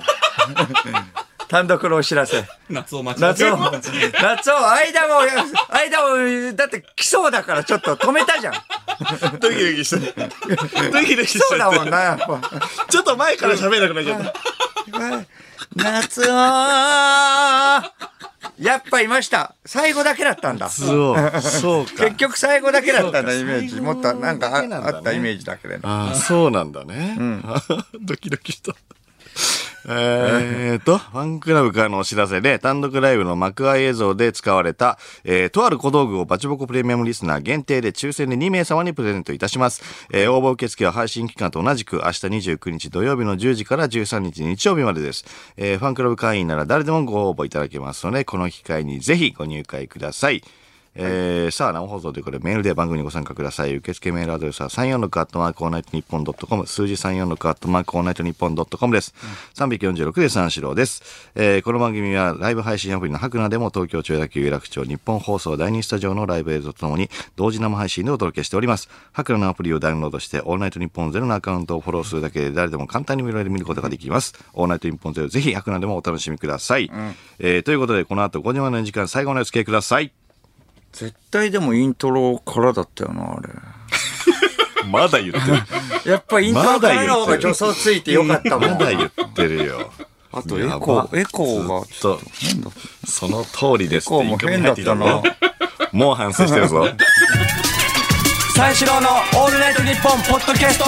Speaker 2: 単独のお知らせ。
Speaker 3: 夏を待ち
Speaker 2: 夏を、夏を、間も、間も、だって来そうだからちょっと止め
Speaker 3: [laughs]
Speaker 2: たじゃん。
Speaker 1: ドキドキした。ドキドキし
Speaker 2: そうだもんな、やっぱ。
Speaker 1: ちょっと前から喋れなくなっちゃった。
Speaker 2: 夏を [laughs] やっぱいました。最後だけだったんだ。
Speaker 1: そう、そうか
Speaker 2: 結。局最後だけだったんだ、イメージ。
Speaker 1: 最後
Speaker 2: もっとなんかあ
Speaker 1: だけなんだね
Speaker 2: あったイメージだけどね。
Speaker 1: ああ、そうなんだね。 [laughs] ドキドキした。えーと、ファンクラブからのお知らせで、単独ライブの幕開映像で使われた、えーとある小道具をバチボコプレミアムリスナー限定で抽選で2名様にプレゼントいたします。えー応募受付は配信期間と同じく明日29日土曜日の10時から13日日曜日までです。えーファンクラブ会員なら誰でもご応募いただけますので、この機会にぜひご入会ください。えーさあ、生放送ということでメールで番組にご参加ください。受付メールアドレスは346アットマークオールナイトニッポンドットコム、数字346アットマークオールナイトニッポンドットコムです。346で三四郎です。えーこの番組はライブ配信アプリのハクナでも東京千代田区有楽町日本放送第2スタジオのライブ映像とともに同時生配信でお届けしております。ハクナのアプリをダウンロードしてオールナイトニッポンゼロのアカウントをフォローするだけで誰でも簡単に無料で見ることができます。オールナイトニッポンゼロぜひハクナでもお楽しみください。えーということでこの後5時までの時間最後までお付き合いください。
Speaker 2: 絶対でもイントロからだったよな、あれ。
Speaker 1: まだ言ってる。
Speaker 2: やっぱイントロからの方が助走ついてよかったも
Speaker 1: ま
Speaker 2: ん。
Speaker 1: だ言ってるよ。
Speaker 2: あとエコー、エコーが
Speaker 1: ずっと、その通りです
Speaker 2: エコーも変だったな。
Speaker 1: もう反省してるぞ。
Speaker 2: 三四郎のオールナイトニッポンポッドキャスト